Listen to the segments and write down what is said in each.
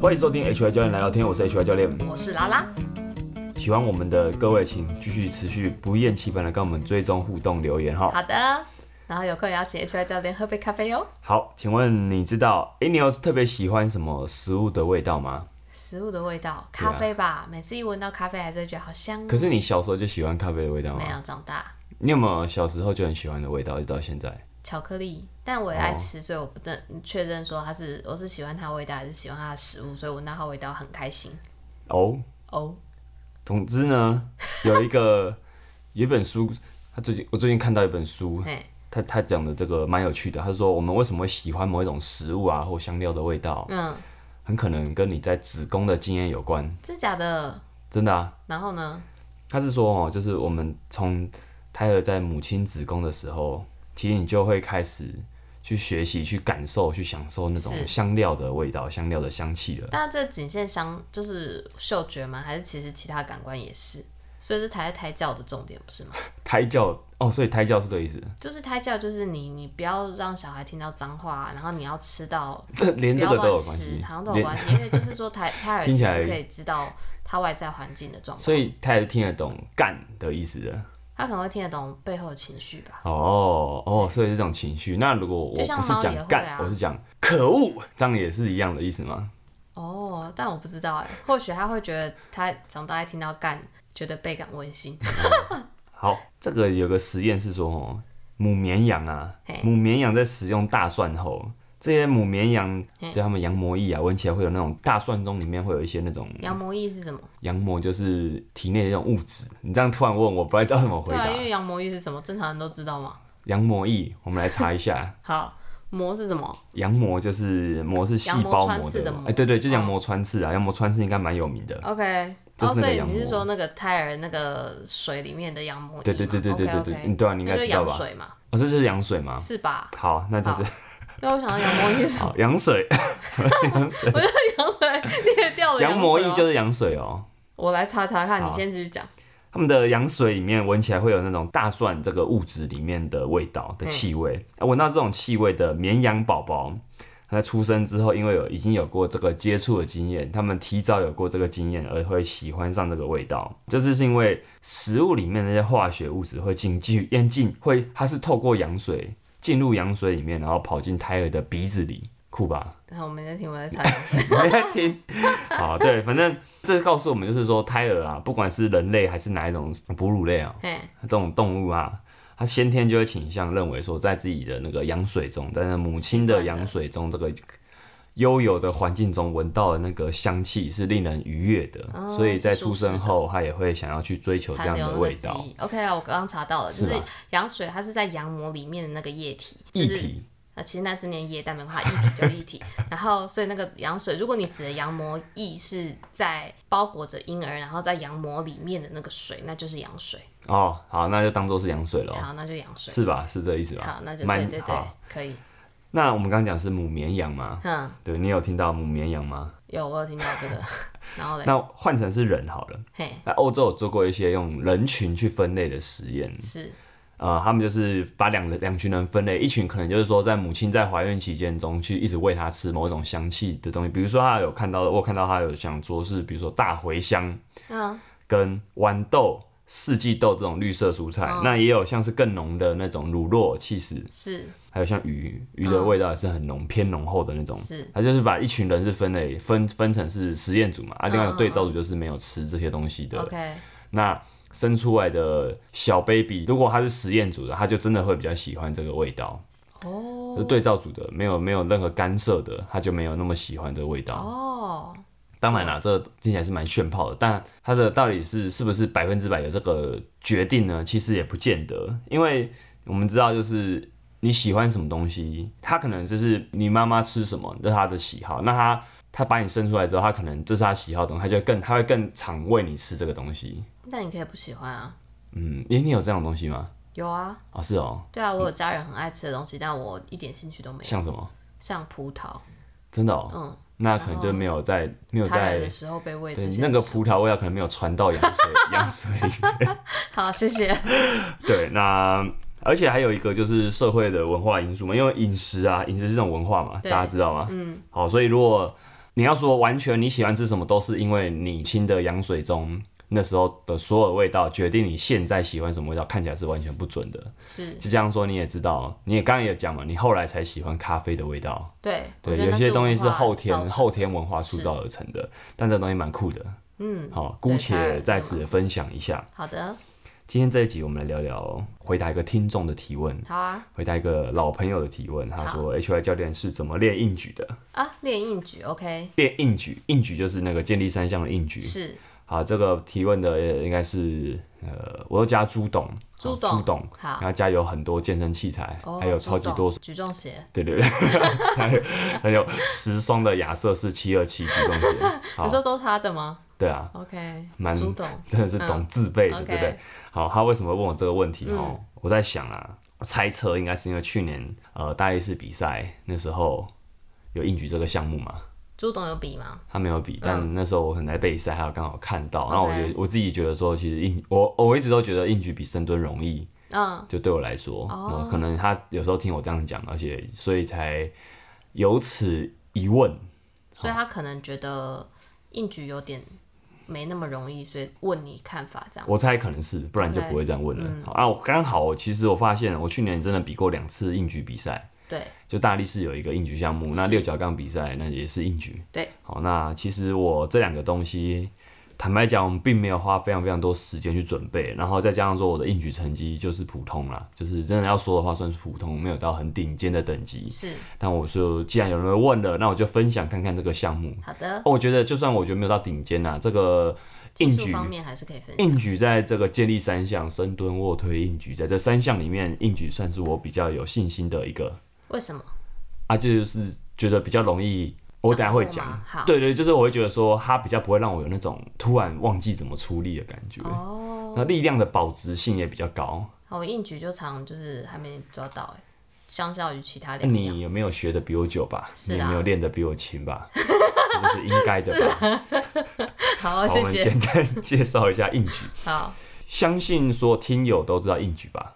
欢迎收听 HY 教练来聊天，我是 HY 教练。我是拉拉，喜欢我们的各位，请继续持续不厌其烦的跟我们追踪互动留言哈。好的。然后有空也要请 H Y 教练喝杯咖啡哦。好，请问你知道，诶，你有特别喜欢什么食物的味道吗？食物的味道，对啊咖啡吧，每次一闻到咖啡还是会觉得好香哦。可是你小时候就喜欢咖啡的味道没吗？有长大，你有没有小时候就很喜欢的味道，一直到现在？巧克力，但我也爱吃，所以我不能确认说它是我是喜欢它的味道还是喜欢它的食物，所以闻到它的味道很开心哦，哦。总之 呢，有一个有一本书，他最近我最近看到一本书，嘿，他他讲的这个蛮有趣的。他说我们为什么会喜欢某一种食物啊或香料的味道，嗯，很可能跟你在子宫的经验有关。真假的？真的啊，然后呢？他是说哦，就是我们从胎儿在母亲子宫的时候，其实你就会开始去学习、去感受、去享受那种是香料的味道、香料的香气了。但这仅限香，就是嗅觉吗？还是其实其他感官也是？所以是胎胎教的重点，不是吗？胎教哦，所以胎教是这个意思。就是胎教，就是你你不要让小孩听到脏话啊，然后你要吃到这连不这要个都有乱关吃，系好像，都有连关系，因为就是说胎胎儿听其起实来可以知道他外在环境的状况，所以胎儿听得懂“干”的意思的。他可能会听得懂背后的情绪吧。哦哦，所以是这种情绪。那如果我就像不是猫也讲会干，啊我是讲可恶，这样也是一样的意思吗？哦，但我不知道哎，或许他会觉得他长大听到干，觉得倍感温馨。嗯好，这个有个实验是说，哦，母绵羊啊嘿，母绵羊在使用大蒜后，这些母绵羊嘿就它们羊膜液啊，闻起来会有那种大蒜中里面会有一些那种羊膜液是什么？羊膜，就是体内的那种物质。你这样突然问我，不太知道怎么回对答啊，。因为羊膜液是什么，正常人都知道嘛。羊膜液，我们来查一下。 好，膜是什么？羊膜就是膜是细胞羊膜膜穿刺的膜哎、对对，就是羊膜穿刺啊，羊膜穿刺应该蛮有名的。 OK，呃就是哦，那个所以羊膜你是说那个胎儿那个水里面的羊膜对对对对对对对，嗯对啊，你应哦该那就是知道羊吧？水嘛，哦，这是羊水吗？是吧？好，那就是对，我想到羊膜液 是，好 羊水，我觉得哦羊水，你也掉了羊膜水液吗就是羊水哦。我来查查看，好你先继续讲。他们的羊水里面闻起来会有那种大蒜这个物质里面的味道的气味，啊闻、到这种气味的绵羊宝宝，他在出生之后，因为有已经有过这个接触的经验，他们提早有过这个经验，而会喜欢上这个味道。这就是因为食物里面那些化学物质会进去咽进，会它是透过羊水进入羊水里面，然后跑进胎儿的鼻子里，酷吧？ 然后我们在听，我 在猜。没在听。好，对，反正这告诉我们就是说，胎儿啊，不管是人类还是哪一种哺乳类啊，嘿，这种动物啊，它先天就会倾向认为说，在自己的那个羊水中，在那母亲的羊水中，这个悠游的环境中闻到的那个香气是令人愉悦的，哦所以在是舒出适的生后，它也会想要去追求这残样留那的个味记道。忆。OK 啊，我刚刚查到了，是就吧是羊水，它是在羊膜里面的那个液体，就液是体呃，其实那只粘液，但没办法，液体就液体。 然后，所以那个羊水，如果你指的羊膜液是在包裹着婴儿，然后在羊膜里面的那个水，那就是羊水。哦，好，那就当做是羊水咯，好，那就羊水。是吧？是这意思吧？啊好，那就蛮对对对好，可以。那我们刚刚讲是母绵羊嘛，嗯，对你有听到母绵羊吗？有我有听到这 个，然后嘞，那换成是人好了。嘿，那欧洲有做过一些用人群去分类的实验，是呃，他们就是把两两群人分类，一群可能就是说在母亲在怀孕期间中去一直喂她吃某种香气的东西，比如说她有看到，我有看到她有想说是比如说大茴香嗯，跟豌豆、四季豆这种绿色蔬嗯菜，那也有像是更浓的那种乳酪、气死，是还有像鱼，鱼的味道也是很浓、偏浓厚的那种。是，他就是把一群人是分类分分成是实验组嘛，啊，另外嗯嗯哦对照组就是没有吃这些东西的 OK，那生出来的小 baby，如果他是实验组的，他就真的会比较喜欢这个味道；哦就对照组的，没有没有任何干涉的，他就没有那么喜欢这个味道。哦，当然啦，这个听起来是蛮炫炮的，但它的到底是是不是百分之百有这个决定呢？其实也不见得，因为我们知道就是。你喜欢什么东西，他可能就是你妈妈吃什么，这是他的喜好。那他他把你生出来之后，他可能这是他喜好的东西，他就更他会更常喂你吃这个东西。那你可以不喜欢啊。嗯，诶，你有这种东西吗？有啊，啊，是哦，对啊，我有家人很爱吃的东西，但我一点兴趣都没有。像什么？像葡萄，真的哦，嗯，那可能就没有在没有胎儿在的时候被喂对这些。那个葡萄味道可能没有传到羊 水羊水里。好，谢谢。对，那而且还有一个就是社会的文化因素嘛，因为饮食啊，饮食是这种文化嘛，大对家知道吗？嗯，好，所以如果你要说完全你喜欢吃什么，都是因为你亲的羊水中那时候的所有味道决定你现在喜欢什么味道，看起来是完全不准的。是就这样说，你也知道，你也刚刚也讲嘛，你后来才喜欢咖啡的味道。对，我对，觉得有那些东西是文化后造天成后天文化塑是造而成的，但这东西蛮酷的。嗯，好，姑对当然且在此分享一下。好的，今天这一集，我们来聊聊回答一个听众的提问，好啊回答一个老朋友的提问。他说，HY 教练是怎么练硬举的？啊，练硬举，OK，练硬举，硬举就是那个健力三项的硬举。哦是好，这个提问的呃应该是呃，我都加朱董，朱好董朱董，好，他家有很多健身器材，哦还有朱超级董多，举重鞋，对对对， 还有还有十双的亚瑟士七二七举重鞋，你好，说都是他的吗对啊， ？OK，蛮朱董，真的是懂自备的，嗯对不对 OK？嗯好，他为什么问我这个问题哦？我在想啊，我猜测应该是因为去年呃大力士比赛那时候有硬举这个项目嘛，朱董有比吗？他没有比，但那时候我可能在备赛，还有刚好看到，然后我嗯 OK 觉得我自己觉得说，其实硬我我一直都觉得硬举比深蹲容易，嗯，就对我来说，哦然后可能他有时候听我这样讲，而且所以才有此疑问，所以他可能觉得硬举有点没那么容易，所以问你看法这样。我猜可能是，不然就 OK 不会这样问了。嗯好啊，我刚好其实我发现我去年真的比过两次硬举比赛，对，就大力士有一个硬举项目，那是六角杠比赛那也是硬举，对，好，那其实我这两个东西，坦白讲，我们并没有花非常非常多时间去准备，然后再加上说我的应举成绩就是普通啦，就是真的要说的话，算是普通，没有到很顶尖的等级。是但我说，既然有人问了，那我就分享看看这个项目。好的。哦我觉得，就算我觉得没有到顶尖啦，这个技应术举方面还是可以分享。硬举在这个建立三项深蹲、卧推、硬举，在这三项里面，硬举算是我比较有信心的一个为什么？啊，就是觉得比较容易。我等一下会掌握讲吗好，对对，就是我会觉得说，它比较不会让我有那种突然忘记怎么出力的感觉。哦，那力量的保值性也比较高。好哦我硬举就常就是还没抓到哎、相较于其他那两样，你有没有学的比我久吧？是你啊有没有练的比我勤 吧？这就是应啊该的吧。 好，好，我谢们谢，简单介绍一下硬举。好，相信说听友都知道硬举吧，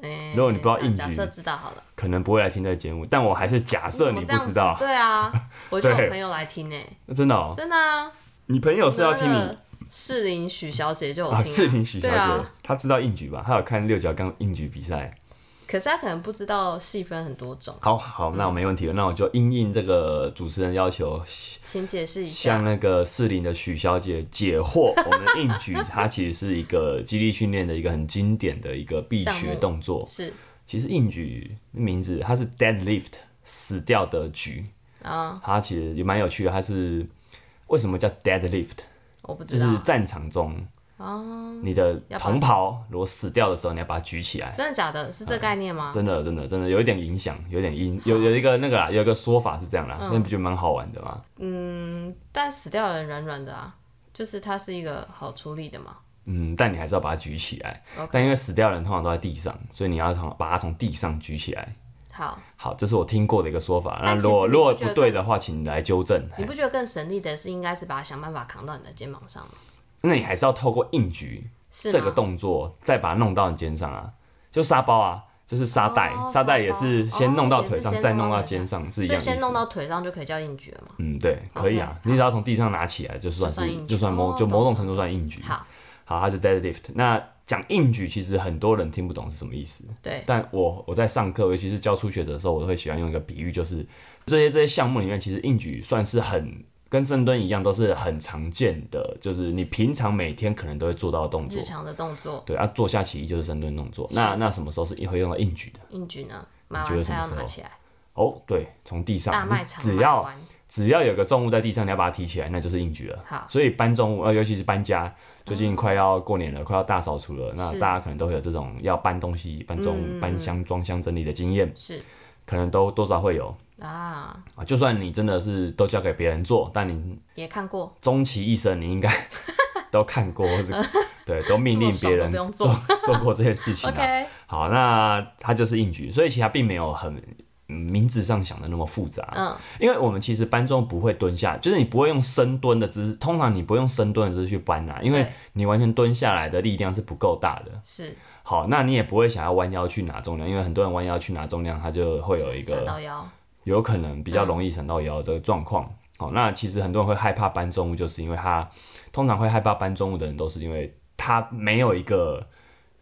嗯、如果你不知道那硬举假设知道好了，可能不会来听这个节目，但我还是假设怎么你不这样知子道。对啊，我就有对朋友来听哎、那真的哦，真的啊，你朋友是要听那你个士林许小姐就有听、啊？是林许小对姐啊，，嗯她知道硬举吧？她有看六角杠硬举比赛。可是她可能不知道细分很多种，好好，那我没问题了，那我就因应这个主持人要求，请解释一向下。那个适龄的许小姐解惑。我们的硬举它其实是一个肌力训练的一个很经典的一个必项学目动作。是其实硬举名字它是 deadlift 死掉的举，啊，它其实也蛮有趣的。它是为什么叫 deadlift？我不就知道哦是战场中，你的要把同袍如果死掉的时候，你要把它举起来。真的假的，是这概念吗？真的，真的，真的有一点影响，有点影，有有一个那个啦，有一个说法是这样嗯啦，那不就蛮好玩的吗？但死掉的人软软的啊，就是它是一个好处理的嘛。嗯，但你还是要把它举起来。 OK 但因为死掉的人通常都在地上，所以你要从把它从地上举起来。好，好，这是我听过的一个说法。那但如果其实你如果不觉不得对的话，请来纠正。你不觉得更省力的是应该是把它想办法扛到你的肩膀上吗？那你还是要透过硬举是吗这个动作，再把它弄到你肩上啊，就沙包啊，就是沙袋，哦沙沙袋也包是先哦弄到也腿是上，先再弄弄到到腿肩上，是一所样以的意先思弄。到腿上就可以叫硬举了嘛？嗯，对，可以啊 OK，你只要从地上拿起来，就算就是算硬举就算某哦就懂某种程度算硬举。好，好，它是 deadlift。那讲硬举，其实很多人听不懂是什么意思。对，但我我在上课，尤其是教初学者的时候，我都会喜欢用一个比喻，就是这些这些项目里面，其实硬举算是很跟深蹲一样，都是很常见的，就是你平常每天可能都会做到的动作日。常的动作，对啊，做下起一就是深蹲动作。那那什么时候是会用到硬举的？硬举呢，买你觉完得菜要什么时拿候起来，哦，对，从地大上，卖你场只买要完，只要有个重物在地上，你要把它提起来，那就是硬举了。好，嗯所以搬重物，呃，尤其是搬家，最近快要过年了，快要大扫除了，那是嗯大家可能都会有这种要搬东西、搬重物、搬箱、装箱、整理的经验，是可能都多少会有。啊，啊，就算你真的是都交给别人做，但你也看过，终其一生，你应该 都看过，或是 对，都命令别人这么爽都做做过这些事情啊。 OK，好，那它就是硬举，所以其实它并没有很嗯名字上想的那么复杂。嗯，因为我们其实搬重不会蹲下，就是你不会用深蹲的姿势，通常你不会用深蹲的姿势去搬啊，因为对你完全蹲下来的力量是不够大的。是好，那你也不会想要弯腰去拿重量，因为很多人弯腰去拿重量，他就会有一个闪到腰，有可能比较容易闪到腰这个状况。哦，那其实很多人会害怕搬重物，就是因为他通常会害怕搬重物的人，都是因为他没有一个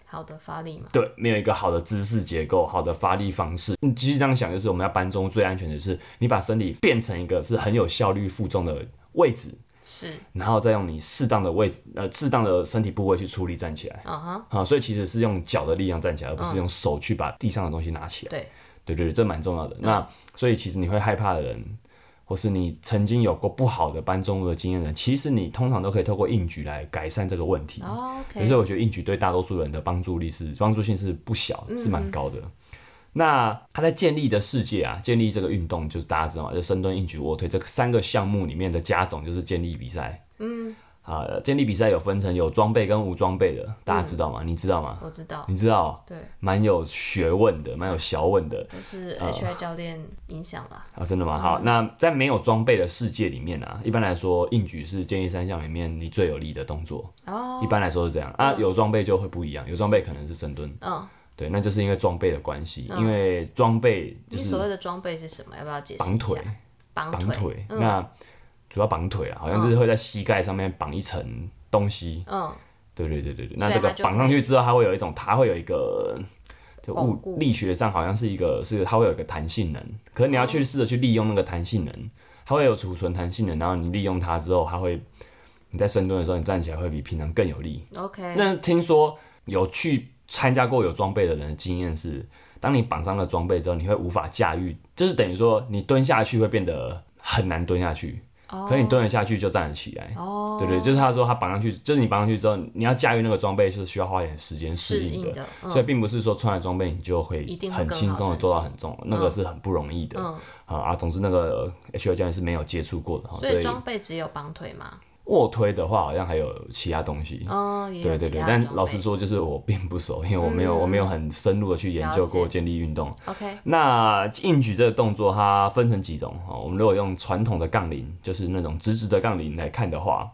好的发力嘛，对，没有一个好的姿势结构、好的发力方式。你继续这样想，就是我们要搬重物最安全的是，你把身体变成一个是很有效率负重的位置，是，然后再用你适当的位置，呃，适当的身体部位去出力站起来。嗯哼，啊，所以其实是用脚的力量站起来，而不是用手去把地上的东西拿起来。对，对对对，这蛮重要的。那所以其实你会害怕的人，或是你曾经有过不好的搬重物的经验的人，其实你通常都可以透过硬举来改善这个问题。哦可是，OK，我觉得硬举对大多数人的帮助力是帮助性是不小，是蛮高的。那他在建立的世界啊，建立这个运动，就是大家知道嘛，就深蹲、硬举、卧推这三个项目里面的加总，就是建立比赛。嗯，啊、建立比赛有分成有装备跟无装备的，大家知道吗？你知道吗？我知道，你知道，对，蛮有学问的，蛮有学问的都是 HI 教练影响啦，啊，真的吗？好，那在没有装备的世界里面啊，一般来说，硬举是建议三项里面你最有力的动作，哦，一般来说是这样啊。有装备就会不一样，有装备可能是深蹲，嗯，对，那就是因为装备的关系，因为装备就你是所谓的装备是什么？要不要解释绑一腿下？，绑绑腿，腿，嗯那主要绑腿啊，好像就是会在膝盖上面绑一层东西，嗯，对对对对对，所以那这个它就绑上去之后，它会有一种，它会有一个，就巩物固力学上好像是一个是它会有一个弹性能，可是哦你要去试着去利用那个弹性能，它会有储存弹性能，然后你利用它之后，它会你在深蹲的时候，你站起来会比平常更有力。 OK，那听说有去参加过有装备的人的经验是，当你绑上了装备之后，你会无法驾驭，就是等于说你蹲下去会变得很难蹲下去，哦可你蹲了下去就站得起来。哦，对对，就是他说他绑上去，就是你绑上去之后，你要驾驭那个装备是需要花一点时间适适应应的，的，所以嗯并不是说穿了装备你就会一定会很更轻好松的成做到绩很重，那个是很不容易的啊、嗯，啊！总之那个 H R 教练是没有接触过的哈，所所以以装备只有绑腿嘛，卧推的话好像还有其他东西。嗯，也有对对其对，他但装老备嗯实说，就是我并不熟，因为我没有、我没有很深入的去研了究过解健力运动。 OK，那硬举这个动作，它分成几种哦哈。我们如果用传统的杠铃，就是那种直直的杠铃来看的话，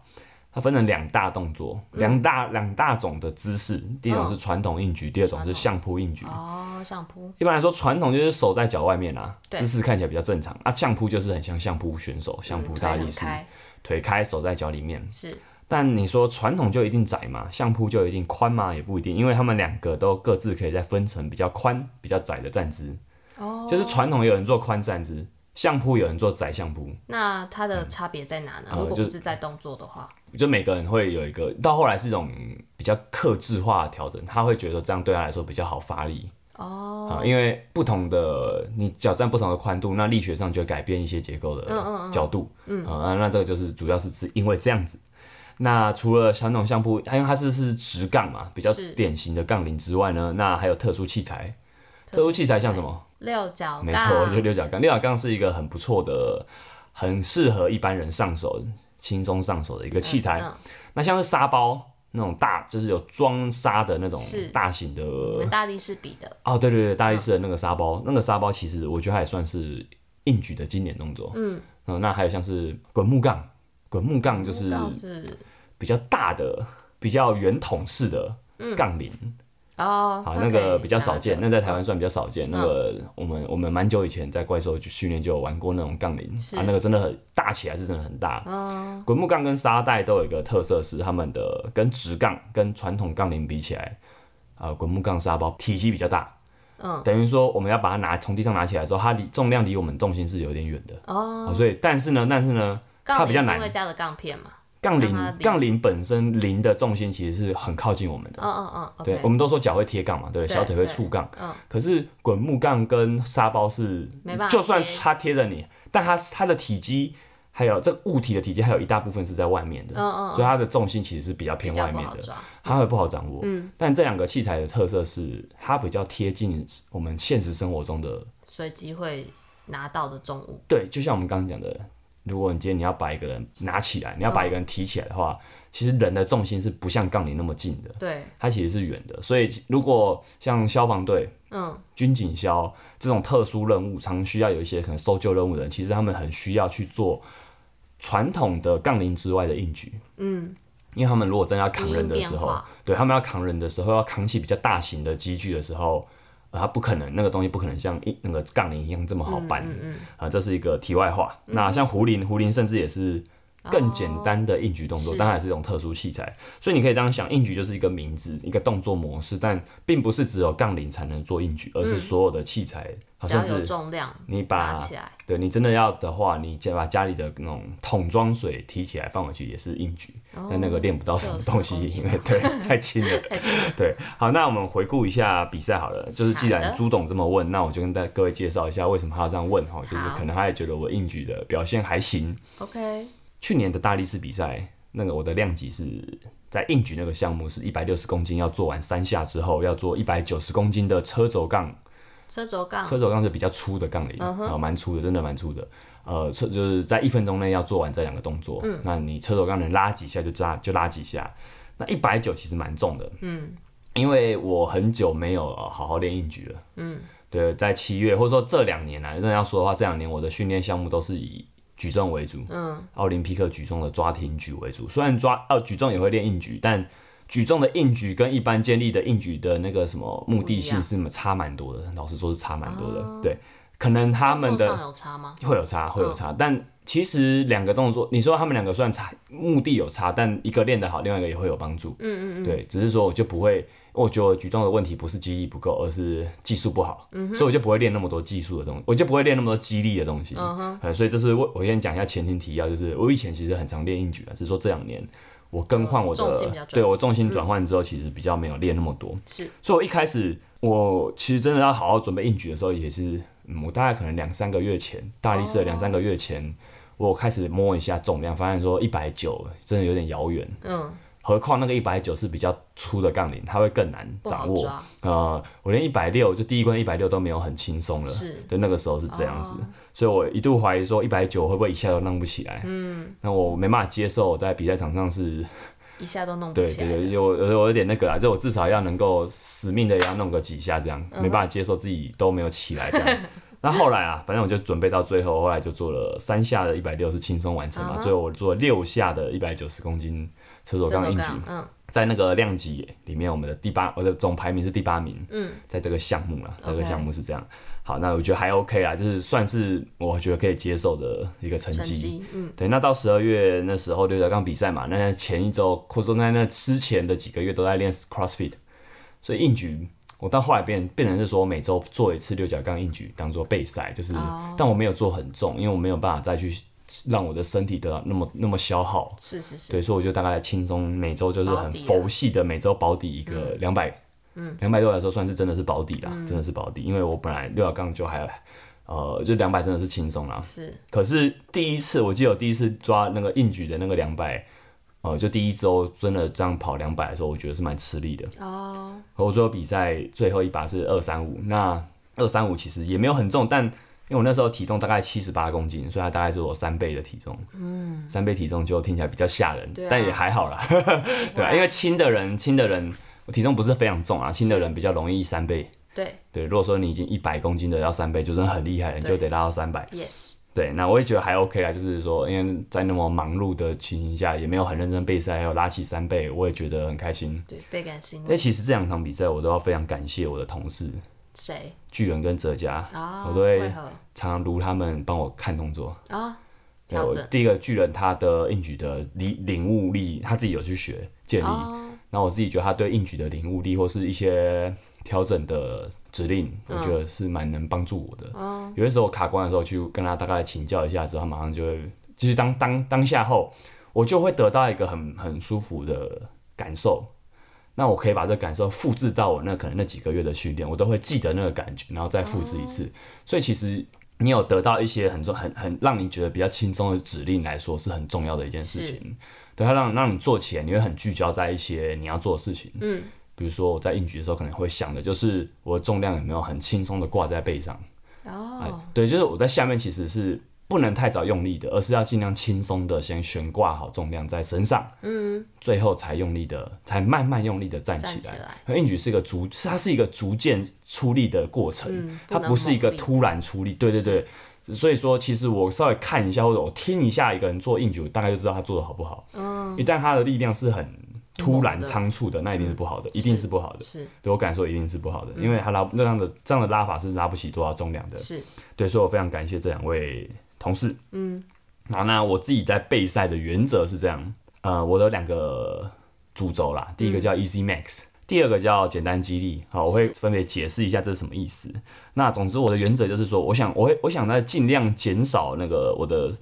它分成两大动作，嗯两大两大种的姿势。第一种是传统硬举，第二种是相扑硬举。哦，上铺，一般来说，传统就是手在脚外面啊，对姿势看起来比较正常。啊，相扑就是很像相扑选手、相嗯扑腿大很力士，开腿开手在脚里面。是但你说传统就一定窄吗？相扑就一定宽吗？也不一定，因为他们两个都各自可以再分成比较宽、比较窄的站姿。哦，就是传统有人做宽站姿，相扑有人做窄相扑，那它的差别在哪呢？嗯如果就不是在动作的话，就每个人会有一个，到后来是一种比较克制化的调整，他会觉得这样对他来说比较好发力哦，啊、因为不同的你脚站不同的宽度，那力学上就会改变一些结构嗯的角度，嗯啊，那这个就是主要是是因为这样子。那除了传统相扑，因为它是是直杠嘛，比较是典型的杠铃之外呢，那还有特殊器材。特殊器材像什么？六角没杠错，我觉得六角杠，六角杠是一个很不错的，很适合一般人上手、轻松上手的一个器材。嗯那像是沙包那种大，就是有装沙的那种是大型的，嗯你们大力士比的，哦，对对对，大力士的那个沙包，那个沙包其实我觉得它也算是硬举的经典动作。嗯那还有像是滚木杠，滚木杠就是倒是比较大的、比较圆筒式的杠铃。哦，好，它那个可以比较拿少着见，那在台湾算比较少嗯见。那个我们我们蛮久以前在怪兽训练就有玩过那种杠铃是哦啊，那个真的很大起来是真的很大。滚木杠跟沙袋都有一个特色是，它们的跟直杠跟传统杠铃比起来，啊，滚木杠沙包体积比较大。嗯，等于说我们要把它拿从地上拿起来之后，它离重量离我们重心是有点远的哦，啊，所以但是呢，但是呢，它杠比较铃是难因为加了杠片嘛，杠铃让它离杠铃本身零的重心其实是很靠近我们的嗯。嗯嗯对，OK，，我们都说脚会贴杠嘛，对不对？对小腿会触杠嗯，可是滚木杠跟沙包是没办法，就算它贴着你，但它它的体积还有这个物体的体积，还有一大部分是在外面的，嗯嗯所以它的重心其实是比较比偏较外不面好嗯的，抓，它会不好掌握。但这两个器材的特色是，它比较贴近我们现实生活中的，随机会拿到的重物，对，就像我们刚刚讲的。如果你今天你要把一个人拿起来，你要把一个人提起来的话，其实人的重心是不像杠铃那么近的，对，它其实是远的。所以如果像消防队，嗯，军警消这种特殊任务，常需要有一些可能搜救任务的人，其实他们很需要去做传统的杠铃之外的硬举。嗯，因为他们如果真的要扛人的时因应变候化，对他们要扛人的时候，要扛起比较大型的机具的时候，呃它不可能那个东西不可能像一那个杠铃一样这么好搬嗯嗯啊，这是一个题外话。那像壶铃，壶铃甚至也是更简单的硬举动作，哦是当然还是一种特殊器材。所以你可以这样想，硬举就是一个名字，一个动作模式，但并不是只有杠铃才能做硬举，而是所有的器材，好嗯嗯，只要像有是重量你把拔起来，对你真的要的话，你就把家里的那种桶装水提起来放回去也是硬举，哦但那个练不到什么东西，这有什因么为东对太轻了。 对，好，那我们回顾一下比赛好了。就是既好然的朱董这么问，那我就跟大各位介绍一下为什么他要这样问哈，就是好可能他也觉得我硬举的表现还行。 OK，去年的大力士比赛，那个我的量级是在硬举那个项目是一百六十公斤，要做完三下之后，要做一百九十公斤的车轴杠车轴杠，车手杠是比较粗的杠铃，啊、蛮粗的，真的蛮粗的。呃，车就是在一分钟内要做完这两个动作。嗯，那你车手杠能拉几下就拉就拉几下。那一百九其实蛮重的。嗯，因为我很久没有呃好好练硬举了。嗯，对，在七月或者说这两年啊来，真的要说的话，这两年我的训练项目都是以举重为主。嗯，奥林匹克举重的抓挺举为主，虽然抓呃举重也会练硬举，但举重的硬举跟一般建立的硬举的那个什么目的性是差蛮多的，老实说是差蛮多的。对，可能他们动作的上有差吗？会有差，会有差，但其实两个动作，你说他们两个虽然差，目的有差，但一个练得好，另外一个也会有帮助。嗯嗯嗯，对，只是说我就不会，我觉得我举重的问题不是肌力不够，而是技术不好，嗯所以我就不会练那么多技术的东西，我就不会练那么多肌力的东西。嗯哼，呃，所以这是我我先讲一下前情提要，就是我以前其实很常练硬举啊，只是说这两年我更换我重心比较的，转对我重心转换之后，其实比较没有练那么多。是所以我一开始我其实真的要好好准备应举的时候，也是，嗯，我大概可能两三个月前，大力哦士的两三个月前，我开始摸一下重量，发现说一百九真的有点遥远，嗯，何况那个一百九是比较粗的杠铃，它会更难不好掌握。抓，呃，我连一百六就第一关一百六都没有很轻松了，是哦对，那个时候是这样子，所以我一度怀疑说一百九会不会一下都弄不起来，嗯，那我没办法接受我在比赛场上是一下都弄不对起对来。对，有我有点那个啦，就我至少要能够死命的也要弄个几下，这嗯样、没办法接受自己都没有起来这样。那后来啊，反正我就准备到最后，后来就做了三下的一百六是轻松完成嘛嗯哼最后我做了六下的一百九十公斤车手这杠种硬举，杠，嗯，在那个量级里面，我们的第八，我的总排名是第八名。嗯，在这个项目啦，在这 OK 个项目是这样。好，那我觉得还 OK 啦，就是算是我觉得可以接受的一个成成绩。绩，嗯，对，那到十二月那时候六角杠比赛嘛，那前一周或者说在那之前的几个月都在练 CrossFit，所以硬举我到后来变变成是说每周做一次六角杠硬举当做备赛，就是、哦但我没有做很重，因为我没有办法再去让我的身体得到那么那么消耗，是是是，对，所以我就大概轻松每周就是很保底啊佛系的每周保底一个两百，嗯，两百对我来说算是真的是保底啦，真的是保底，因为我本来六角杠就还呃就两百真的是轻松啦，是可是第一次，我记得我第一次抓那个硬举的那个两百，呃，就第一周真的这样跑两百的时候，我觉得是蛮吃力的。哦，我最后比赛最后一把是二三五，那二三五其实也没有很重，但因为我那时候体重大概七十八公斤，所以它大概是我三倍的体重。嗯，三倍体重就听起来比较吓人，对啊但也还好啦。 对啊，因为轻的人，轻的人我体重不是非常重啊，轻的人比较容易三倍。对对，如果说你已经一百公斤的要三倍，就真的很厉害了，你就对得拉到三百。 ，yes，对，那我也觉得还 OK 啦，就是说，因为在那么忙碌的情形下，也没有很认真备赛，还有拉起三倍，我也觉得很开心。对，倍感欣慰但。其实这两场比赛，我都要非常感谢我的同事谁巨人跟哲佳，啊？我哦都会为何常常如他们帮我看动作。啊？对，调我整第一个巨人他的硬举的领领悟力，他自己有去学建立，哦，那我自己觉得他对硬举的领悟力或是一些调整的指令，我觉嗯得是蛮能帮助我的。哦有些时候我卡关的时候，去跟他大概请教一下之后，他马上就会，就是当当当下后，我就会得到一个很很舒服的感受。那我可以把这感受复制到我那可能那几个月的训练，我都会记得那个感觉，然后再复制一次。哦所以其实你有得到一些很重、很很让你觉得比较轻松的指令来说，是很重要的一件事是情。对，它让让你做起来，你会很聚焦在一些你要做的事情。嗯，比如说我在硬举的时候，可能会想的就是我的重量有没有很轻松的挂在背上。哎哦，对，就是我在下面其实是不能太早用力的，而是要尽量轻松的先悬挂好重量在身上，嗯，最后才用力的，才慢慢用力的站站起起来。来，而硬举是一个逐，它是一个逐渐出力的过程，嗯它不能不是一个猛力突然出力。对对对，所以说其实我稍微看一下或者我听一下一个人做硬举，我大概就知道他做的好不好。嗯，一旦他的力量是很突然猛的嗯仓促的，那一定是不好的，一定是不好的。是嗯对我敢说一定是不好的，因为他拉那样的这样的拉法是拉不起多少重量的。是，对，所以我非常感谢这两位同事。嗯，好，那我自己在备赛的原则是这样，呃，我有两个主轴啦，第一嗯个叫 Easy Max，、第二个叫简单激励。好，我会分别解释一下这是什么意思。那总之我的原则就是说，我想我会我想在尽量减少那个我的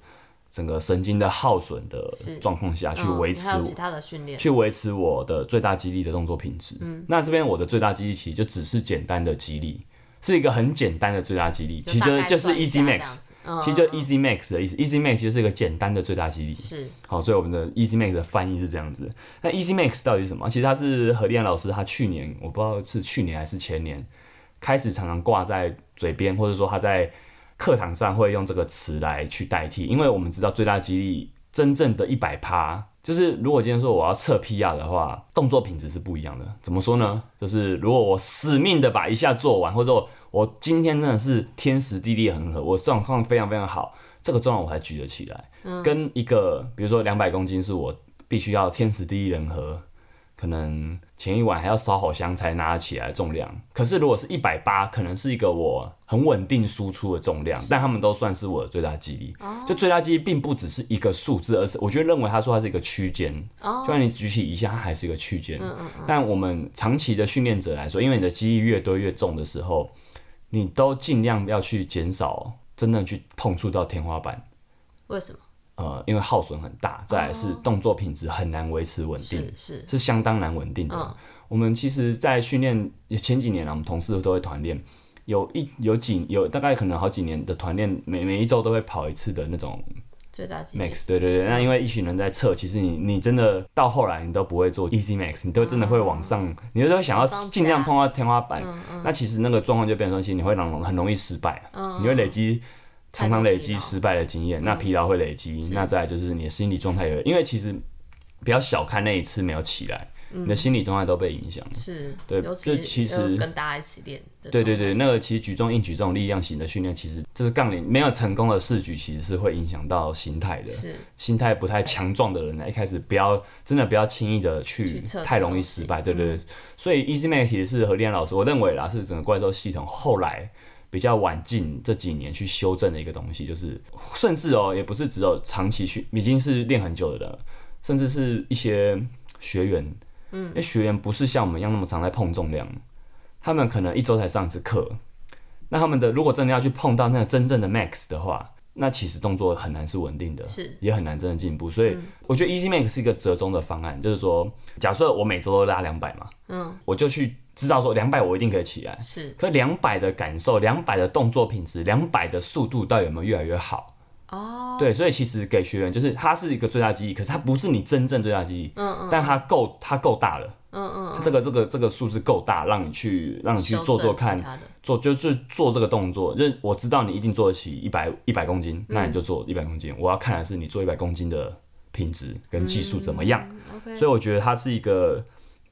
整个神经的耗损的是状况下去嗯维你持还有我其他的训练，去维持我的最大肌力的动作品质。嗯那这边我的最大肌力其实就只是简单的肌力，是一个很简单的最大肌力，其实大就概就是算一 Easy 下这 Max，样子嗯其实就 Easy Max 的意思。Easy Max 就是一个简单的最大肌力。是好，所以我们的 Easy Max 的翻译是这样子。那 Easy Max 到底是什么？其实它是何立安老师，他去年我不知道是去年还是前年开始常常挂在嘴边，或者说他在课堂上会用这个词来去代替，因为我们知道最大肌力真正的一百趴，就是如果今天说我要测 PR 的话，动作品质是不一样的。怎么说呢？就是如果我死命的把一下做完，或者我我今天真的是天时地利很合，我状况非常非常好，这个状况我还举得起来。跟一个比如说两百公斤是我必须要天时地利人和，可能前一晚还要烧好香才拿得起来的重量。可是如果是一百八，可能是一个我很稳定输出的重量，但他们都算是我的最大肌力。就最大肌力并不只是一个数字，而是我觉得认为他说它是一个区间，哦就算你举起一下，它还是一个区间。但我们长期的训练者来说，因为你的肌力越堆越重的时候，你都尽量要去减少真正去碰触到天花板。为什么？呃，因为耗损很大，再来是动作品质很难维持稳定，哦是是是相当难稳定的。嗯我们其实，在训练前几年啊，我们同事都会团练，有一有几有大概可能好几年的团练，每每一周都会跑一次的那种最大肌力 max。对对对，那因为一群人在测，其实你你真的到后来你都不会做 easy max，你都真的会往上，你都会想嗯往上要加嗯尽量碰到天花板。那其实那个状况就变成说，其实你会让人很容易失败，嗯你会累积。常常累积失败的经验，那疲劳会累积，那再来就是你的心理状态也，因为其实不要小看那一次没有起来，嗯你的心理状态都被影响。是，对尤这其其要实跟大家一起练的状态对是，对对，那个其实举重、硬举这种力量型的训练，其实这是杠铃没有成功的试举，其实是会影响到心态的。是心态不太强壮的人呢，一开始不要真的不要轻易的去去测这个太容易失败，对对对。所以 Easy Max 其实是何立安老师，我认为啦是整个怪兽系统后来比较晚近这几年去修正的一个东西，就是甚至哦、也不是只有长期去，已经是练很久的人了，甚至是一些学员，嗯，因为学员不是像我们一样那么常在碰重量，他们可能一周才上一次课，那他们的如果真的要去碰到那个真正的 max 的话，那其实动作很难是稳定的，是也很难真的进步。所嗯以我觉得 Easy Max 是一个折中的方案，就是说，假设我每周都拉两百嘛，嗯，我就去知道说两百我一定可以起来，是可两百的感受、两百的动作品质、两百的速度到底有没有越来越好？哦，对，所以其实给学员就是它是一个最大记忆，可是它不是你真正最大记忆，嗯但它够它够大了，嗯嗯，它这个这个这个数字够大，让你去让你去修做做正其看，他的做就就做这个动作，就是我知道你一定做得起一百一百公斤，嗯那你就做一百公斤。我要看的是你做一百公斤的品质跟技术怎么样。嗯，OK，所以我觉得它是一个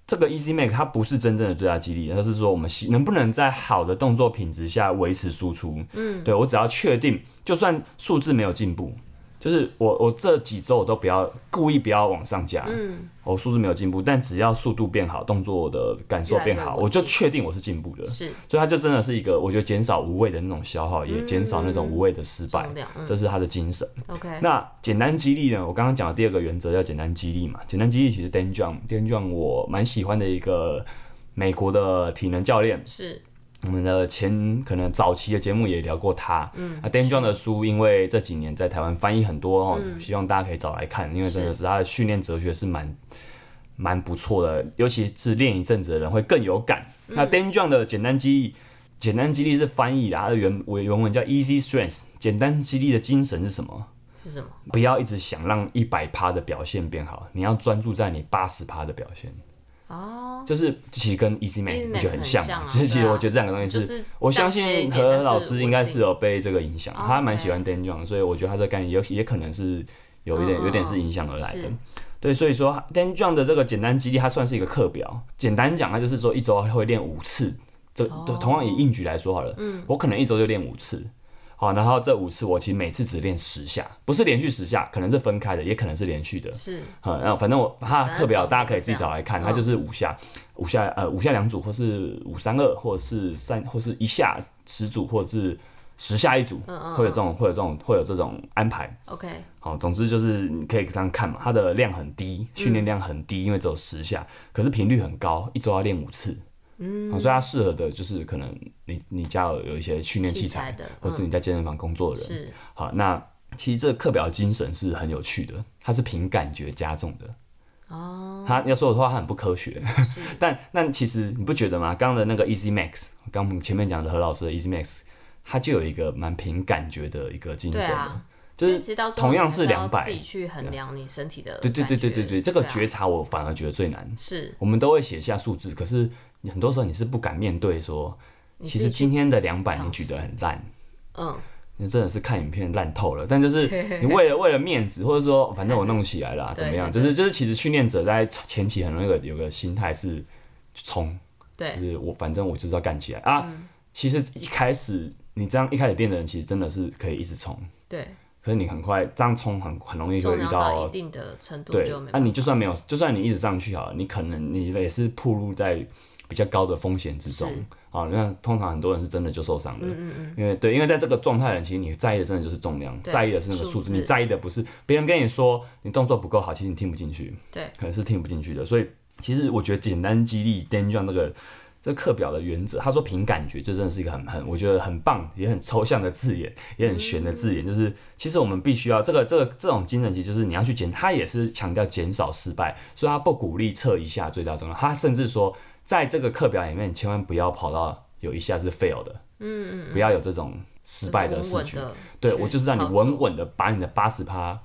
这个 Easy Make，它不是真正的最大激励，它是说我们希能不能在好的动作品质下维持输出。嗯，对我只要确定，就算数字没有进步，就是我我这几周我都不要故意不要往上加。嗯，我数字没有进步，但只要速度变好，动作的感受变越来好，越稳定我就确定我是进步的。是所以它就真的是一个，我觉得减少无谓的那种消耗，也减少那种无谓的失败嗯重，量，嗯这是它的精神。 ，OK，那简单激励呢？我刚刚讲的第二个原则叫简单激励嘛。简单激励其实 Dan John，Dan John 我蛮喜欢的一个美国的体能教练，是我们的前可能早期的节目也聊过他。嗯，啊，Dan John 的书，因为这几年在台湾翻译很多哦，嗯希望大家可以找来看，因为真的是他的训练哲学是蛮蛮不错嗯的，尤其是练一阵子的人会更有感。那 Dan John 的简单记忆。简单激励是翻译啦，它的原原文叫 Easy Strength。简单激励的精神是什么？是什么？不要一直想让一百趴的表现变好，你要专注在你八十趴的表现。哦，就是其实跟 Easy Max 你 Easy 不觉得 Max 很像很像吗啊？其实其实对啊我觉得这两个东西，就是是我相但是有一信点何它老是师稳应该定是有被这个影响，哦他蛮 OK 喜欢 Dan John，所以我觉得他这个概念也也可能是有一点嗯有点嗯是影响而来的是。对，所以说 Dan John 的这个简单激励，它算是一个课表。简单讲，它就是说一周会练五次。这哦同样以硬举来说好了，我可能一周就练五次，好，然后这五次我其实每次只练十下，不是连续十下，可能是分开的，也可能是连续的。是嗯，然后反正我它课表大家可以自己找来看，嗯它就是五下、五下呃五下两组，或是五三二，或者是三，或是一下十组，或者是十下一组，嗯嗯会有这种会有这种会有这种安排。 OK，好，总之就是你可以这样看嘛，它的量很低，训嗯练量很低，因为只有十下，可是频率很高，一周要练五次。嗯，所以它适合的就是可能你你家有有一些训练器材，器材的嗯或是你在健身房工作的人。是好，那其实这个课表的精神是很有趣的，它是凭感觉加重的。哦，它要说的话，它很不科学。是 但但其实你不觉得吗？刚刚的那个 Easy Max，刚我们前面讲的何老师的 Easy Max，它就有一个蛮凭感觉的一个精神对的，啊，就因为是其实到最后同样是你还要200自己去衡量你身体的对对对对感觉对对，这个对啊觉察我反而觉得最难。是我们都会写下数字，可是你很多时候你是不敢面对说，你其自实己去今天的两百尝你举得很烂，嗯那真的是看影片烂透了。但就是 你为了为了面子，或者说反正我弄起来了啊、对怎么样？就对是就是，其实训练者在前期很容易有有个心态是冲，就对是我反正我就是要干起来啊。嗯其实一开始你这样一开始练的人，其实真的是可以一直冲，对，可是你很快这样冲很很容易会重遇量到到一定的程度对啊就没，那、办法你就算没有，就算你一直上去好了，你可能你也是暴露在比较高的风险之中是啊。那通常很多人是真的就受伤的，嗯嗯嗯，因为对，因为在这个状态的人，其实你在意的真的就是重量，对在意的是那个数数字，字你在意的不是别人跟你说你动作不够好，其实你听不进去，对，可能是听不进去的。所以其实我觉得简单激励 Dan John 那个。这课表的原则，他说凭感觉，这真的是一个很很，我觉得很棒，也很抽象的字眼，也很玄的字眼。就是其实我们必须要这个这个这种精神，其实就是你要去减，他也是强调减少失败，所以他不鼓励测一下最大重量，他甚至说在这个课表里面，你千万不要跑到有一下是 fail 的，嗯嗯，不要有这种失败的稳事稳情。的，对我就是让你稳，稳的把你的八十趴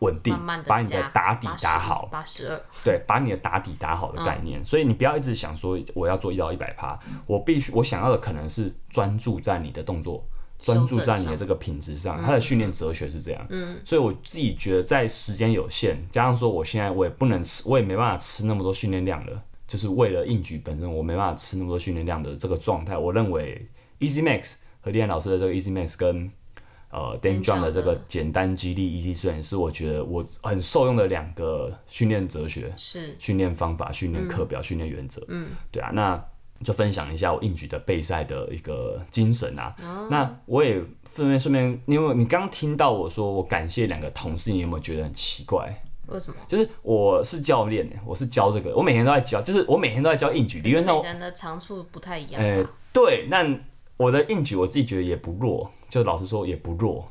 稳定，慢慢的把你的打底打好，八十二对，把你的打底打好的概念。所以你不要一直想说我要做一到一百趴，我必须我想要的可能是专注在你的动作。修专正注在你的上这个品质上，它的训练哲学是这样，嗯，所以我自己觉得在时间有限，加上说我现在我也不能吃，我也没办法吃那么多训练量了，就是为了应举本身，我没办法吃那么多训练量的这个状态，我认为 Easy Max 和李安老师的这个 Easy Max 跟呃 Dan Dan John 的的这个简单激励 Easy Train 是我觉得我很受用的两个训练哲学、是训练方法、训练课表、训练原则。嗯，对啊，那就分享一下我应举的备赛的一个精神啊。那我也顺便顺便，因为你刚听到我说我感谢两个同事，你有没有觉得很奇怪？为什么？就是我是教练，欸我是教这个，我每天都在教，就是我每天都在教应举。理论上每个人的长处不太一样呃吧，，对，那我的硬举我自己觉得也不弱，就老实说也不弱。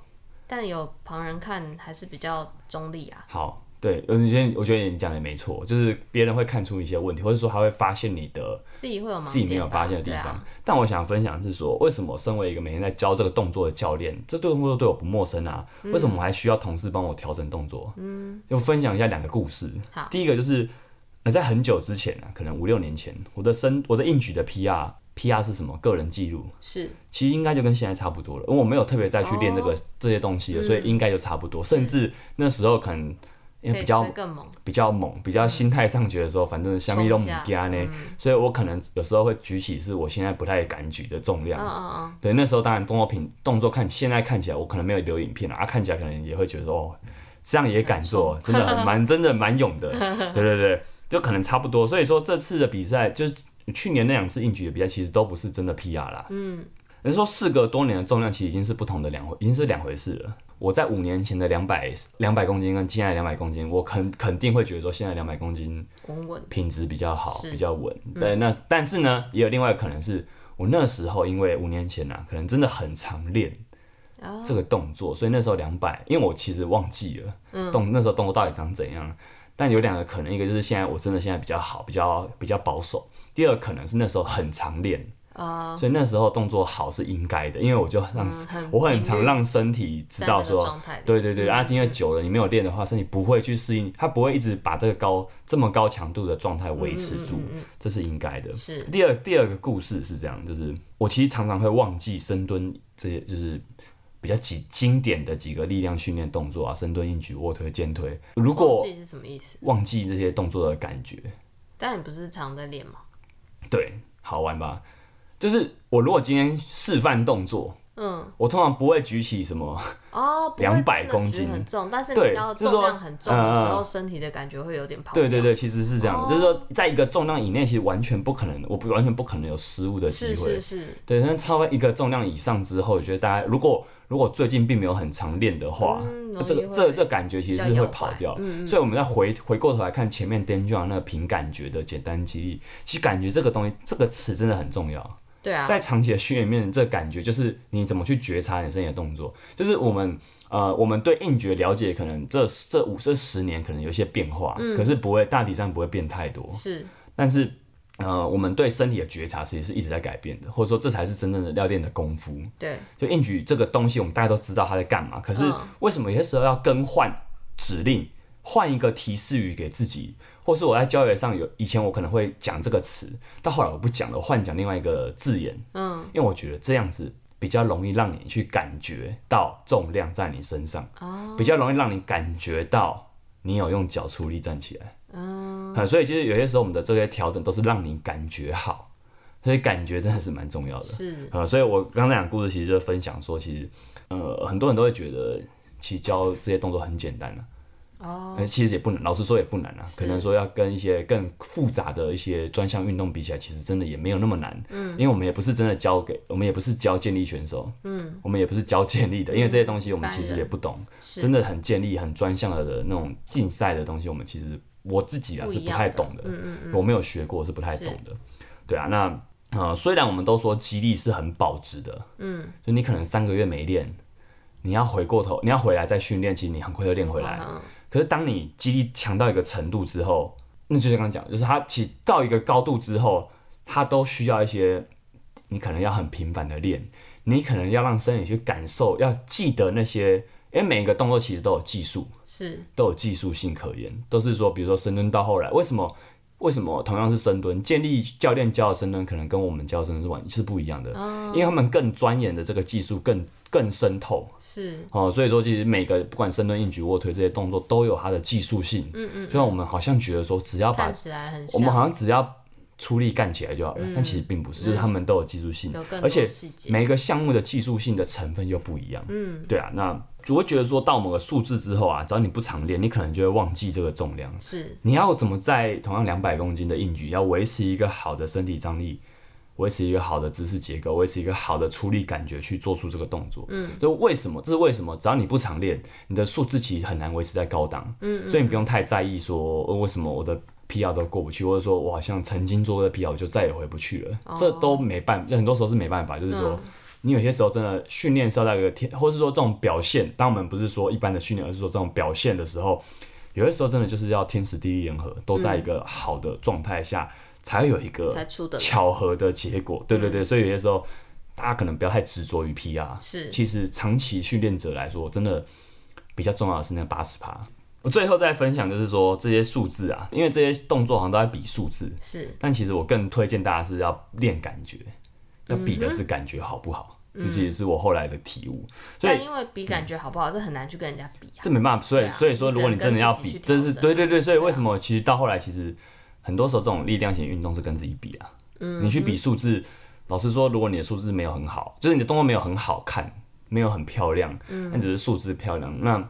但有旁人看还是比较中立啊。好，对，我觉得我觉得你讲的没错，就是别人会看出一些问题，或者说他会发现你的自己会有盲点吧，自己没有发现的地对方。啊，但我想分享的是说，为什么身为一个每天在教这个动作的教练，这对动作对我不陌生啊？嗯为什么我还需要同事帮我调整动作？嗯，就分享一下两个故事。好第一个就是呃，在很久之前啊，可能五六年前，我的身我的硬举的 PR PR 是什么？个人记录。是其实应该就跟现在差不多了，因为我没有特别再去练哦这个、这些东西了，所嗯以应该就差不多。甚至那时候可能因为可比以较吹更猛，比较猛，比较心态上觉得说，反正虾米都不加呢，所以我可能有时候会举起是我现在不太敢举的重嗯量。嗯嗯，对，那时候当然动作品动作看现在看起来我可能没有留影片了啊，看起来可能也会觉得说哦，这样也敢做，真的 很蛮真的蛮勇 的，对对对，就可能差不多。所以说这次的比赛就是去年那两次硬举的比赛，其实都不是真的 PR 啦。嗯，人说事隔多年的重量，其实已经是不同的两回，已经是两回事了。我在五年前的两百两百公斤跟现在两百公斤，我肯肯定会觉得说现在两百公斤稳稳品质比较好，是嗯比较稳。对，那但是呢，也有另外一个可能是我那时候因为五年前啊，可能真的很常练哦这个动作，所以那时候两百，因为我其实忘记了、嗯动那时候动作到底长怎样。但有两个可能，一个就是现在我真的现在比较好，比较比较保守；第二个可能是那时候很常练，啊，所以那时候动作好是应该的，因为我就让、嗯很我很频常率让身体知在道那个说，状态里对对对，啊，因为久了你没有练的话，身体不会去适应，它不会一直把这个高这么高强度的状态维持住，这嗯是应该的。是第二第二个故事是这样，就是我其实常常会忘记深蹲这些，就是比较几经典的几个力量训练动作啊，深蹲、硬举、卧推、肩推。如忘果记是什么意思？忘记这些动作的感觉，但你不是常在练吗？对，好玩吧？就是我如果今天示范动作，嗯，我通常不会举起什么，哦，不会200真的公举斤很重，但是对你到就是重说量很重的时嗯候，嗯身体的感觉会有点跑。对对，对，其实是这样的，哦就是说在一个重量以内，其实完全不可能，我不完全不可能有失误的机会。是是是，对，但超过一个重量以上之后，我觉得大家如果如果最近并没有很常练的话，嗯那这个容易这会这感觉其实比是较嗯会摇跑摆掉。所以我们再回回过头来看前面 Dan John 那个凭感觉的简单记忆，其实感觉这个东西这个词真的很重要。对啊，在长期的训练里面，这个感觉就是你怎么去觉察你身体的动作，就是我们呃，我们对硬觉了解，可能这这五这十年可能有一些变化，可是不会大体上不会变太多，是但是。呃，我们对身体的觉察其实是一直在改变的，或者说这才是真正的要练的功夫。对，就硬举这个东西，我们大家都知道它在干嘛，可是嗯为什么有些时候要更换指令，换一个提示语给自己？或是我在教学上有以前我可能会讲这个词，到后来我不讲了，我换讲另外一个字眼，嗯，因为我觉得这样子比较容易让你去感觉到重量在你身上，哦比较容易让你感觉到你有用脚出力站起来。嗯、所以其实有些时候我们的这些调整都是让你感觉好，所以感觉真的是蛮重要的。是呃，所以我刚才讲故事，其实就是分享说，其实呃，很多人都会觉得，其实教这些动作很简单啊。哦，呃其实也不难，老实说也不难啊。可能说要跟一些更复杂的一些专项运动比起来，其实真的也没有那么难。嗯，因为我们也不是真的教给，我们也不是教健力选手，嗯，我们也不是教健力的，因为这些东西我们一般其实嗯人也不懂。是真的很建立很专项的那种竞赛的东西，我们其实我自己啊不是一不样太的嗯懂的，我没有学过是不太懂的，对啊，那呃虽然我们都说肌力是很保值的，嗯，就你可能三个月没练，你要回过头，你要回来再训练，其实你很快就练回来，嗯可是当你肌力强到一个程度之后，那就像刚刚讲，就是它其实到一个高度之后，它都需要一些你可能要很频繁的练，你可能要让身体去感受，要记得那些，因为每一个动作其实都有技术，是都有技术性可言，都是说，比如说深蹲到后来，为什么？为什么同样是深蹲，建立教练教的深蹲可能跟我们教的深蹲是完是不一样的，哦因为他们更钻研的这个技术更更深透，是哦，所以说其实每个不管深蹲、硬举、卧推这些动作都有它的技术性。嗯嗯。虽然我们好像觉得说只要把看起来很我们像，好像只要出力干起来就好了，但其实并不是，就是他们都有技术性嗯有更，而多且细节，每一个项目的技术性的成分又不一样。嗯，对啊，那我会觉得说到某个数字之后啊，只要你不常练，你可能就会忘记这个重量。是你要怎么在同样两百公斤的硬举，要维持一个好的身体张力，维持一个好的姿势结构，维持一个好的出力感觉去做出这个动作？嗯，就为什么？这是为什么？只要你不常练，你的数字其实很难维持在高档。嗯所以你不用太在意说、呃为什么我的 PR 都过不去，或者说我好像曾经做过的 PR 我就再也回不去了，这都没办法，很多时候是没办法，就是说。你有些时候真的训练是要到一个天，或是说这种表现，当我们不是说一般的训练，而是说这种表现的时候，有些时候真的就是要天时地利人和，都在一个好的状态下，才会有一才个出的巧合的结果。对对对，所以有些时候大家可能不要太执着于 PR。是其实长期训练者来说，真的比较重要的是那八十趴。我最后再分享就是说这些数字啊，因为这些动作好像都在比数字，是但其实我更推荐大家是要练感觉，要比嗯的是感觉好不好，这其实是我后来的体悟。所以嗯但因为比感觉好不好，这很难去跟人家比啊。这没办法，所以、对啊所以说，如果你真的要你比，只这能跟是自己去调整对啊对对，所以为什么其实到后来，其实很多时候这种力量型运动是跟自己比啊，嗯你去比数字，老实说，如果你的数字没有很好，就是你的动作没有很好看，没有很漂亮，嗯那只是数字漂亮，那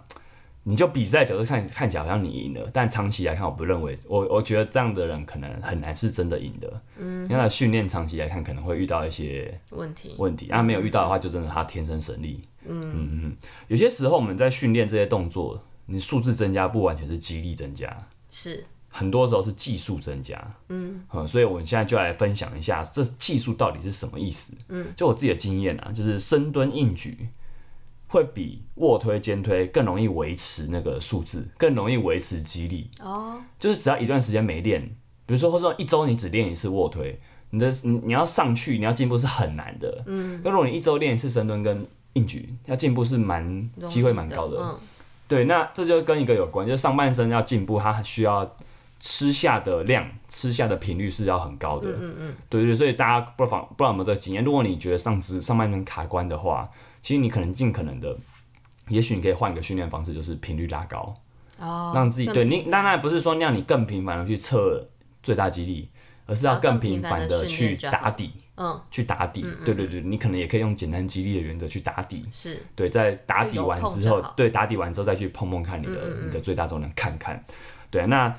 你就比赛角度看看起来好像你赢了，但长期来看，我不认为，我我觉得这样的人可能很难是真的赢的，嗯因为他的训练长期来看可能会遇到一些问题问题。那啊没有遇到的话，就真的他天生神力。嗯嗯嗯，有些时候我们在训练这些动作，你数字增加不完全是肌力增加，是很多时候是技术增加。嗯所以我们现在就来分享一下这技术到底是什么意思。嗯，就我自己的经验啊，就是深蹲硬举。会比卧推、肩推更容易维持那个数字，更容易维持肌力。哦，就是只要一段时间没练，比如说或者说一周你只练一次卧推，你的你你要上去，你要进步是很难的。嗯，那如果你一周练一次深蹲跟硬举，要进步是蛮容易机会蛮高的。嗯，对，那这就跟一个有关，就是上半身要进步，它需要吃下的量、吃下的频率是要很高的。嗯嗯对对，所以大家不妨不知道有没有这个经验，如果你觉得上肢上半身卡关的话，其实你可能尽可能的，也许你可以换一个训练方式，就是频率拉高。哦，让自己更对频你，当然不是说让你更频繁的去测最大肌力，而是要哦然后更频频繁繁地的训去练就好打底，嗯，去打底。对对对，你可能也可以用简单激励的原则去打底。是对，在打底完就有碰之后就好，嗯对打底完之后再去碰碰看你的你的最大重量看看。对，那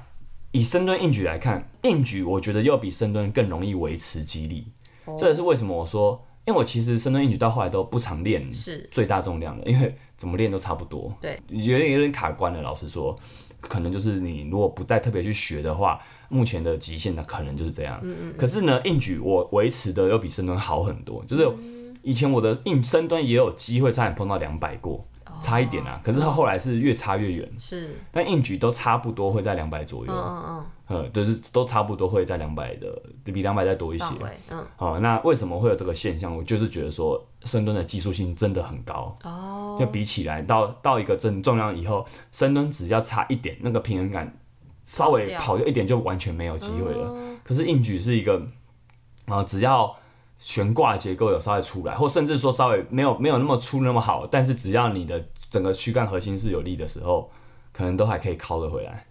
以深蹲硬举来看，硬举我觉得又比深蹲更容易维持肌力，哦这也是为什么我说，因为我其实深蹲硬举到后来都不常练是，最大重量了，因为怎么练都差不多。对，有点有点卡关了。老实说，可能就是你如果不再特别去学的话，目前的极限呢可能就是这样。嗯嗯可是呢，硬举我维持的又比深蹲好很多，就是以前我的硬深蹲也有机会差点碰到两百过。差一点啊，可是它后来是越差越远，是，但硬举都差不多会在两百左右嗯，嗯嗯，嗯，就是都差不多会在两百的，比两百再多一些。范围，嗯，好，那为什么会有这个现象？我就是觉得说深蹲的技术性真的很高，哦，就比起来到到一个正重量以后，深蹲只要差一点，那个平衡感稍微掉跑掉一点就完全没有机会了。嗯可是硬举是一个，啊、只要悬挂结构有稍微出来，或甚至说稍微没有没有那么粗那么好，但是只要你的整个躯干核心是有力的时候，可能都还可以靠得回 来。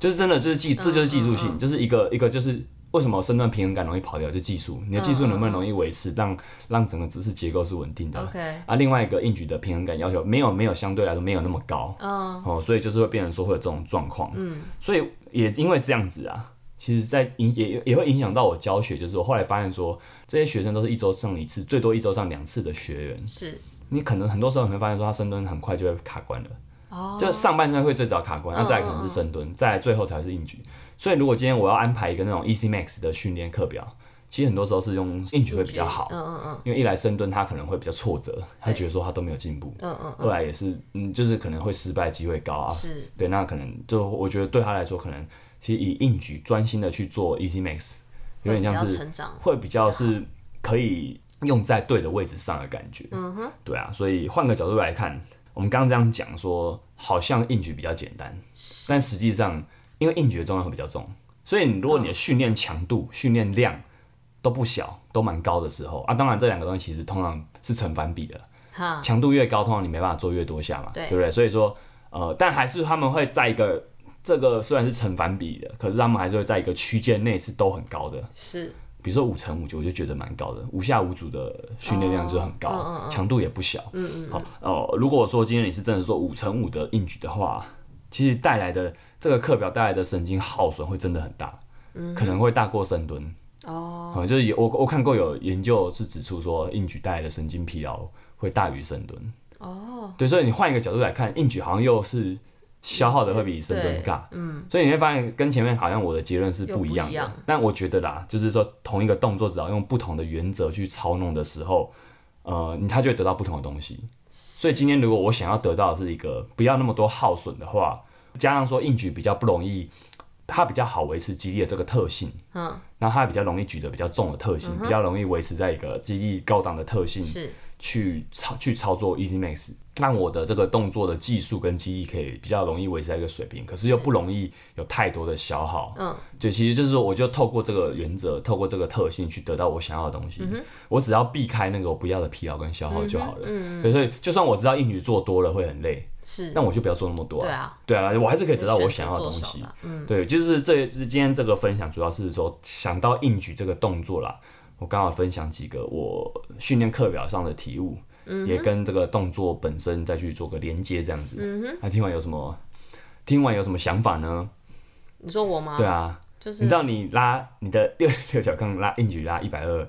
就是真的就是嗯技，这就是技术性，就是一个一个就是。为什么身段平衡感容易跑掉？就技术，你的技嗯术能不能容易维持，让让整个姿势结构是稳定的？ OK，啊，另外一个硬举的平衡感要求没有没有相对来说没有那么高嗯，哦，所以就是会变成说会有这种状况，嗯，所以也因为这样子啊，其实在影也也会影响到我教学，就是我后来发现说这些学生都是一周上一次，最多一周上两次的学员，是，你可能很多时候你会发现说他深蹲很快就会卡关了，哦，嗯就上半身会最早卡关，然后再来可能是深蹲，再来最后才是硬举，所以如果今天我要安排一个那种 EC Max 的训练课表，其实很多时候是用硬举会比较好。嗯嗯嗯，因为一来深蹲他可能会比较挫折，他觉得说他都没有进步，嗯嗯二来也是嗯，就是可能会失败机会高啊，是，对，那可能就我觉得对他来说，可能其实以硬举专心的去做 Easy Max，有点会比像较是成长，会比较是可以用在对的位置上的感觉，嗯哼，对啊，所以换个角度来看，我们刚刚这样讲说，好像硬举比较简单，但实际上因为硬举的重量会比较重，所以你如果你的训练强嗯度、训练量都不小，都蛮高的时候啊，当然这两个东西其实通常是成反比的，哈，强度越高，通常你没办法做越多下嘛，对不对？所以说，呃，但还是他们会在一个这个虽然是成反比的，可是他们还是会在一个区间内是都很高的。是，比如说五乘五就我就觉得蛮高的，五下五组的训练量就很高，哦嗯强度也不小。嗯嗯好哦、如果说今天你是真的做五乘五的硬举的话，其实带来的这个课表带来的神经耗损会真的很大，嗯可能会大过深蹲。哦，好、呃就是有我我看过有研究是指出说，硬举带来的神经疲劳会大于深蹲。哦，对，所以你换一个角度来看，硬举好像又是消耗的会比深蹲大。嗯，所以你会发现跟前面好像我的结论是不一样的。又不一样但我觉得啦，就是说同一个动作，只要用不同的原则去操弄的时候，呃，你它就会得到不同的东西。所以今天如果我想要得到的是一个不要那么多耗损的话，加上说硬举比较不容易，它比较好维持肌力的这个特性，嗯，然后它比较容易举得比较重的特性，比较容易维持在一个肌力高档的特性是，去操去操作 Easy Max，让我的这个动作的技术跟肌力可以比较容易维持在一个水平，可是又不容易有太多的消耗。嗯，对，其实就是说，我就透过这个原则，透过这个特性去得到我想要的东西。我只要避开那个我不要的疲劳跟消耗就好了。嗯对，所以就算我知道硬举做多了会很累，是，但我就不要做那么多对啊。啊，对啊，我还是可以得到就我选想要的啊择东做西少。吧嗯，对，就是这今天这个分享主要是说想到硬举这个动作啦，我刚好分享几个我训练课表上的体悟，嗯也跟这个动作本身再去做个连接，这样子。嗯那、听完有什么？听完有什么想法呢？你说我吗？对，啊，就是你知道你拉你的六六角杠拉硬举拉一百二，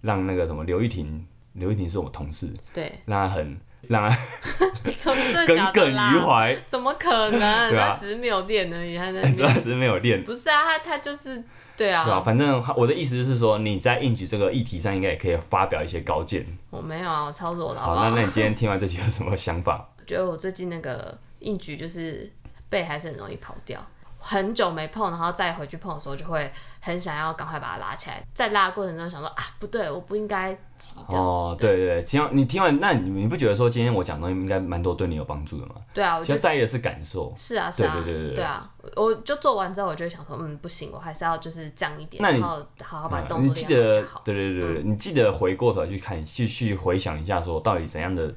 让那个什么刘玉婷，刘玉婷是我同事，对， 让她很让她怎么真的耿假的耿于啦？怀， 怎么可能？对啊哎他只是没有练而已，他在那主要边是没有练。不是啊，他他就是对啊，对吧、反正我的意思是说，你在硬举这个议题上，应该也可以发表一些高见。我没有啊，我超弱的好，好不那好？那你今天听完这集有什么想 法？我觉得我最近那个硬举就是背还是很容易跑掉，很久没碰，然后再回去碰的时候，就会很想要赶快把它拉起来。在拉的过程中想说啊，不对，我不应该急的。哦，对对对，听完你听完，那你你不觉得说今天我讲的东西应该蛮多对你有帮助的吗？对啊，我其就实在意的是感受。是啊是啊，对对对对对啊，我我就做完之后，我就会想说，嗯，不行，我还是要就是降一点，那你然后好好把嗯动你作记练好得就好，。嗯对对对对，你记得回过头来去看，去去回想一下，说到底怎样的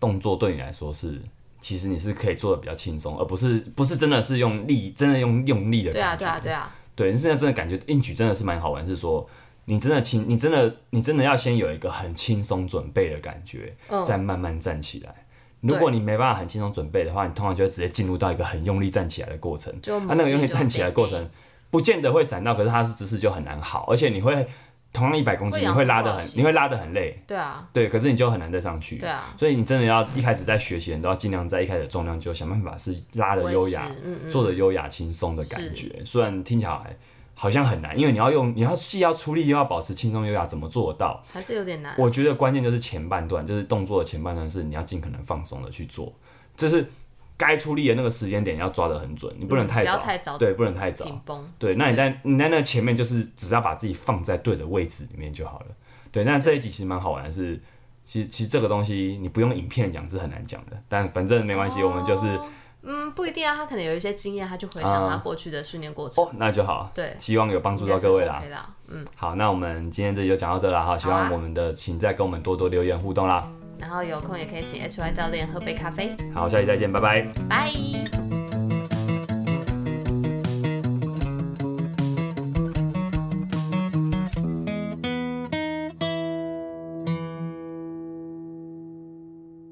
动作对你来说是，其实你是可以做的比较轻松，而不是不是真的是用力，真的用用力的对啊感觉。对啊对啊，对，现在真的感觉硬举真的是蛮好玩，是说你真的轻，你真的你真的要先有一个很轻松准备的感觉，嗯再慢慢站起来。如果你没办法很轻松准备的话，你通常就会直接进入到一个很用力站起来的过程。就他、那个用力就站起来的过程，不见得会闪到，可是他是姿势就很难好，而且你会同样一百公斤，会你养会成拉不的好很，习你会拉的很累，对啊，对，可是你就很难再上去。对啊，所以你真的要一开始在学习，你都要尽量在一开始的重量就想办法是拉的维优持雅，嗯嗯，做的优雅轻松的感觉。虽然听起来好像很难，因为你要用你要既要出力又要保持轻松优雅，怎么做得到？还是有点难。我觉得关键就是前半段，就是动作的前半段是你要尽可能放松的去做，这是该出力的那个时间点要抓得很准，你不能嗯太不要早，太早对，不能太早，紧绷，对，那你在你在那前面就是只是要把自己放在对的位置里面就好了。对，那这一集其实蛮好玩的是，其实其实这个东西你不用影片讲是很难讲的，但反正没关系，我们就是哦嗯，不一定啊，他可能有一些经验，他就回想他啊过去的训练过程，哦，那就好，对，希望有帮助到应该是各位啦。 OK 啊啦，嗯，好，那我们今天这集就讲到这啦哈，希望我们的请再跟我们多多留言互动啦。然后有空也可以请 HY 教练喝杯咖啡，好，下期再见，拜拜。拜。